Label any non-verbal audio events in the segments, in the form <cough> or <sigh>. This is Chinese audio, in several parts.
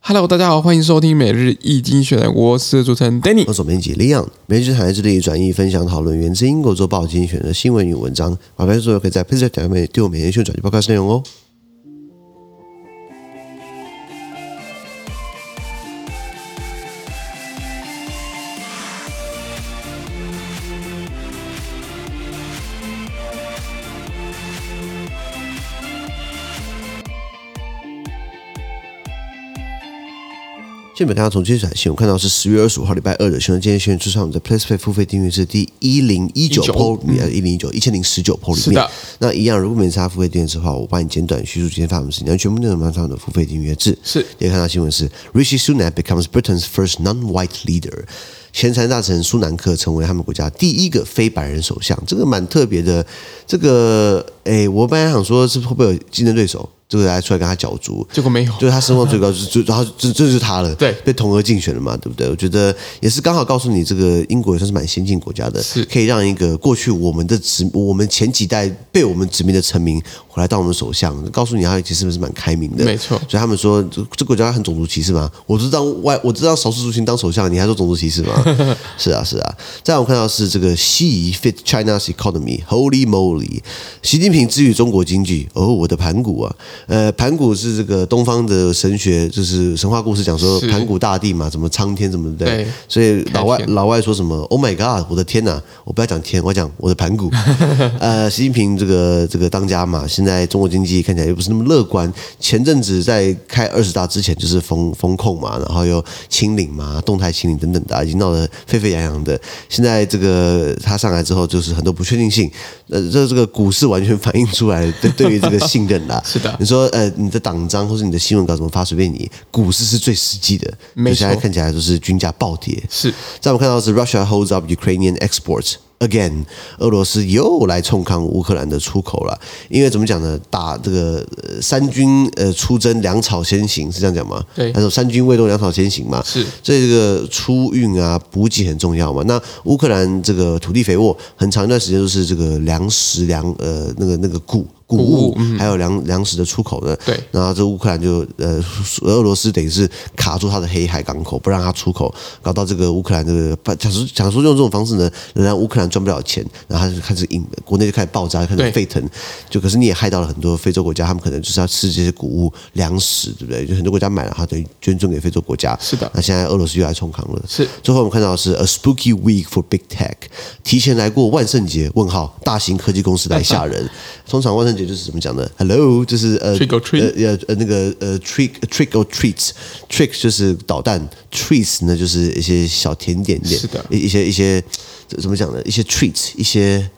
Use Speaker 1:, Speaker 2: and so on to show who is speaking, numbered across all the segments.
Speaker 1: Hello，大家好，欢迎收听每日易经选的，我是主持人 Danny
Speaker 2: 我。总编辑 Leon，每日产业致力转译、分享、讨论源自英国《周报》精选的新闻与文章。马白说可以在 p a c e 表面对我每天选转译 Podcast 内容哦。现在看到从今天转新闻看到是十月二十五号礼拜二的新闻，今天新闻出上我们的 Plus Pay 付费订阅是第一零一九 PO 里面，一零一九一千零十九 PO
Speaker 1: 是
Speaker 2: 里面
Speaker 1: 的。
Speaker 2: 那一样，如果没参加付费订阅制的话，我帮你简短叙述今天发生的事情，然后全部内容放上我的付费订阅制。
Speaker 1: 是
Speaker 2: 也看到新闻是 Rishi Sunak becomes Britain's first non-white leader。前财大臣苏南克成为他们国家第一个非白人首相，这个蛮特别的。这个，哎，我本来想说是会不会有竞争对手，这个来出来跟他角逐，
Speaker 1: 结果没有
Speaker 2: 就是他声望最高，就是就然后这这就是他了，
Speaker 1: 对
Speaker 2: 被同额竞选了嘛，对不对？我觉得也是刚好告诉你，这个英国也算是蛮先进国家的，
Speaker 1: 是
Speaker 2: 可以让一个过去我们的殖，我们前几代被我们殖民的臣民回来当我们首相，告诉你他其实是蛮开明的，
Speaker 1: 没错
Speaker 2: 所以他们说这这国家很种族歧视吗？我知道外，我知道少数族群当首相，你还说种族歧视吗？是啊，是啊。再来我们看到的是这个西夷 fit China's economy，Holy moly！习近平之于中国经济，哦，我的盘古啊，呃，盘古是这个东方的神学，就是神话故事讲说
Speaker 1: 是
Speaker 2: 盘古大帝嘛，怎么苍天，怎么对，
Speaker 1: 对
Speaker 2: 所以老外
Speaker 1: 开天
Speaker 2: 老外说什么 “Oh my God”，我的天呐、我不要讲天，我要讲我的盘古。 <laughs> 呃，习近平这个这个当家嘛，现在中国经济看起来又不是那么乐观。前阵子在开二十大之前就是风风控嘛，然后又清零嘛，动态清零等等的啊，已经闹得沸沸扬扬的。现在这个他上来之后，就是很多不确定性，呃，这这个股市完全反映出来
Speaker 1: <laughs>
Speaker 2: 对对于这个信任啦。
Speaker 1: 是的
Speaker 2: 你说呃，你的党章或是你的新闻稿怎么发随便你，股市是最实际的。
Speaker 1: 没
Speaker 2: 就现在
Speaker 1: 错
Speaker 2: 看起来就是均价暴跌。
Speaker 1: 是
Speaker 2: 在我们看到的是 Russia holds up Ukrainian exports again，俄罗斯又来冲康乌克兰的出口了。因为怎么讲呢？打这个呃三军呃出征，粮草先行是这样讲吗？
Speaker 1: 对
Speaker 2: 还是三军未动，粮草先行嘛？
Speaker 1: 是
Speaker 2: 所以这个出运啊补给很重要嘛。那乌克兰这个土地肥沃，很长一段时间都是这个粮食粮呃那个那个谷。谷
Speaker 1: 谷物嗯
Speaker 2: 物，还有粮粮食的出口呢，
Speaker 1: 对
Speaker 2: 然后这乌克兰就呃，俄罗斯等于是卡住它的黑海港口，不让它出口，搞到这个乌克兰这个想说想说用这种方式呢，仍然乌克兰赚不了钱，然后它就开始引国内就开始爆炸，开
Speaker 1: 对
Speaker 2: 始沸腾，就可是你也害到了很多非洲国家，他们可能就是要吃这些谷物粮食，对不对？就很多国家买了，它等于捐赠给非洲国家，
Speaker 1: 是的
Speaker 2: 那现在俄罗斯又来冲扛了。
Speaker 1: 是
Speaker 2: 最后我们看到的是 a spooky week for big tech，提前来过万圣节？问号，大型科技公司来吓人。通常万圣节就是怎么讲呢？Hello，就是呃
Speaker 1: Trick or treat
Speaker 2: 呃呃呃那个呃 trick trick or treats，trick 就是捣蛋，treats 呢就是一些小甜点点，
Speaker 1: 是的
Speaker 2: 一一些一些这怎么讲呢？一些 treats，一些。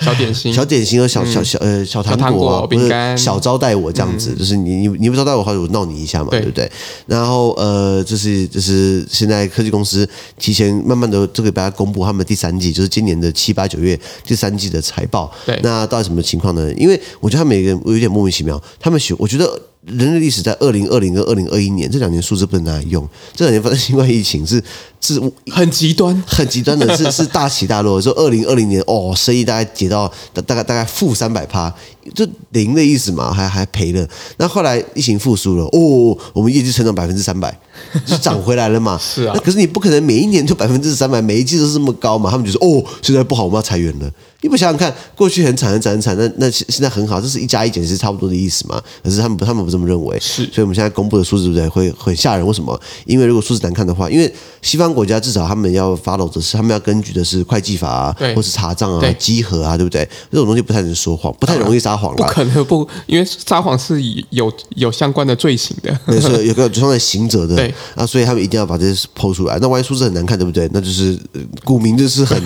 Speaker 1: 小点心，
Speaker 2: 小点心和小小小呃小糖
Speaker 1: 小糖
Speaker 2: 果啊
Speaker 1: 果，
Speaker 2: 不
Speaker 1: 饼
Speaker 2: 是
Speaker 1: 干嗯
Speaker 2: 小招待我这样子，就是你你你不招待我的话，我闹你一下嘛，
Speaker 1: 对
Speaker 2: 对不对？然后呃，就是就是现在科技公司提前慢慢的这个把它公布他们第三季，就是今年的七八九月第三季的财报。
Speaker 1: 对
Speaker 2: 那到底什么情况呢？因为我觉得他们有一个有点莫名其妙，他们喜我觉得。人类历史在二零二零跟二零二一年这两年数字不能拿来用，这两年发生新冠疫情是是
Speaker 1: 很极端，
Speaker 2: 很极端的，
Speaker 1: <laughs>
Speaker 2: 是是大起大落。说二零二零年哦，生意大概跌到大大概大概负三百趴，就零的意思嘛，还还赔了。那后来疫情复苏了，哦，我们业绩成长百分之三百，就涨回来了嘛。
Speaker 1: <laughs> 是啊
Speaker 2: 那可是你不可能每一年就百分之三百，每一季都是这么高嘛。他们就说哦，现在不好，我们要裁员了。你不想想看，过去很惨很惨很惨，那那现现在很好，这是一加一减是差不多的意思嘛？可是他们不他们不这么认为，
Speaker 1: 是
Speaker 2: 所以我们现在公布的数字对不对？会很吓人。为什么？因为如果数字难看的话，因为西方国家至少他们要 follow 的是，他们要根据的是会计法啊
Speaker 1: 对，
Speaker 2: 或是查账
Speaker 1: 对
Speaker 2: 啊、稽核啊，对不对？这种东西不太能说谎，不太容易撒谎
Speaker 1: 不
Speaker 2: 啦。
Speaker 1: 可能不，因为撒谎是有有相关的罪行的。
Speaker 2: <laughs> 对，
Speaker 1: <laughs>
Speaker 2: 所以有个专门行者的，
Speaker 1: 对
Speaker 2: 啊，所以他们一定要把这些剖出来。那万一数字很难看，对不对？那就是呃股民就是很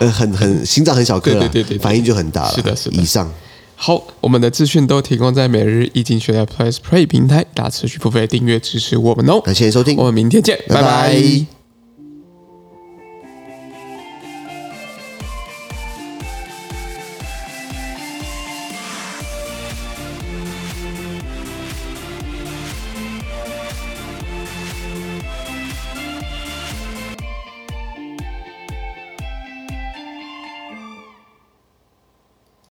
Speaker 2: 呃很很心脏很小颗啦，
Speaker 1: 对对对对对
Speaker 2: 反应就很大了。
Speaker 1: 是的是的
Speaker 2: 以上
Speaker 1: 好，我们的资讯都提供在每日易经学的 Plus Play 平台，大家持续付费订阅支持我们哦。
Speaker 2: 感谢收听，
Speaker 1: 我们明天见，拜
Speaker 2: 拜
Speaker 1: 拜
Speaker 2: 拜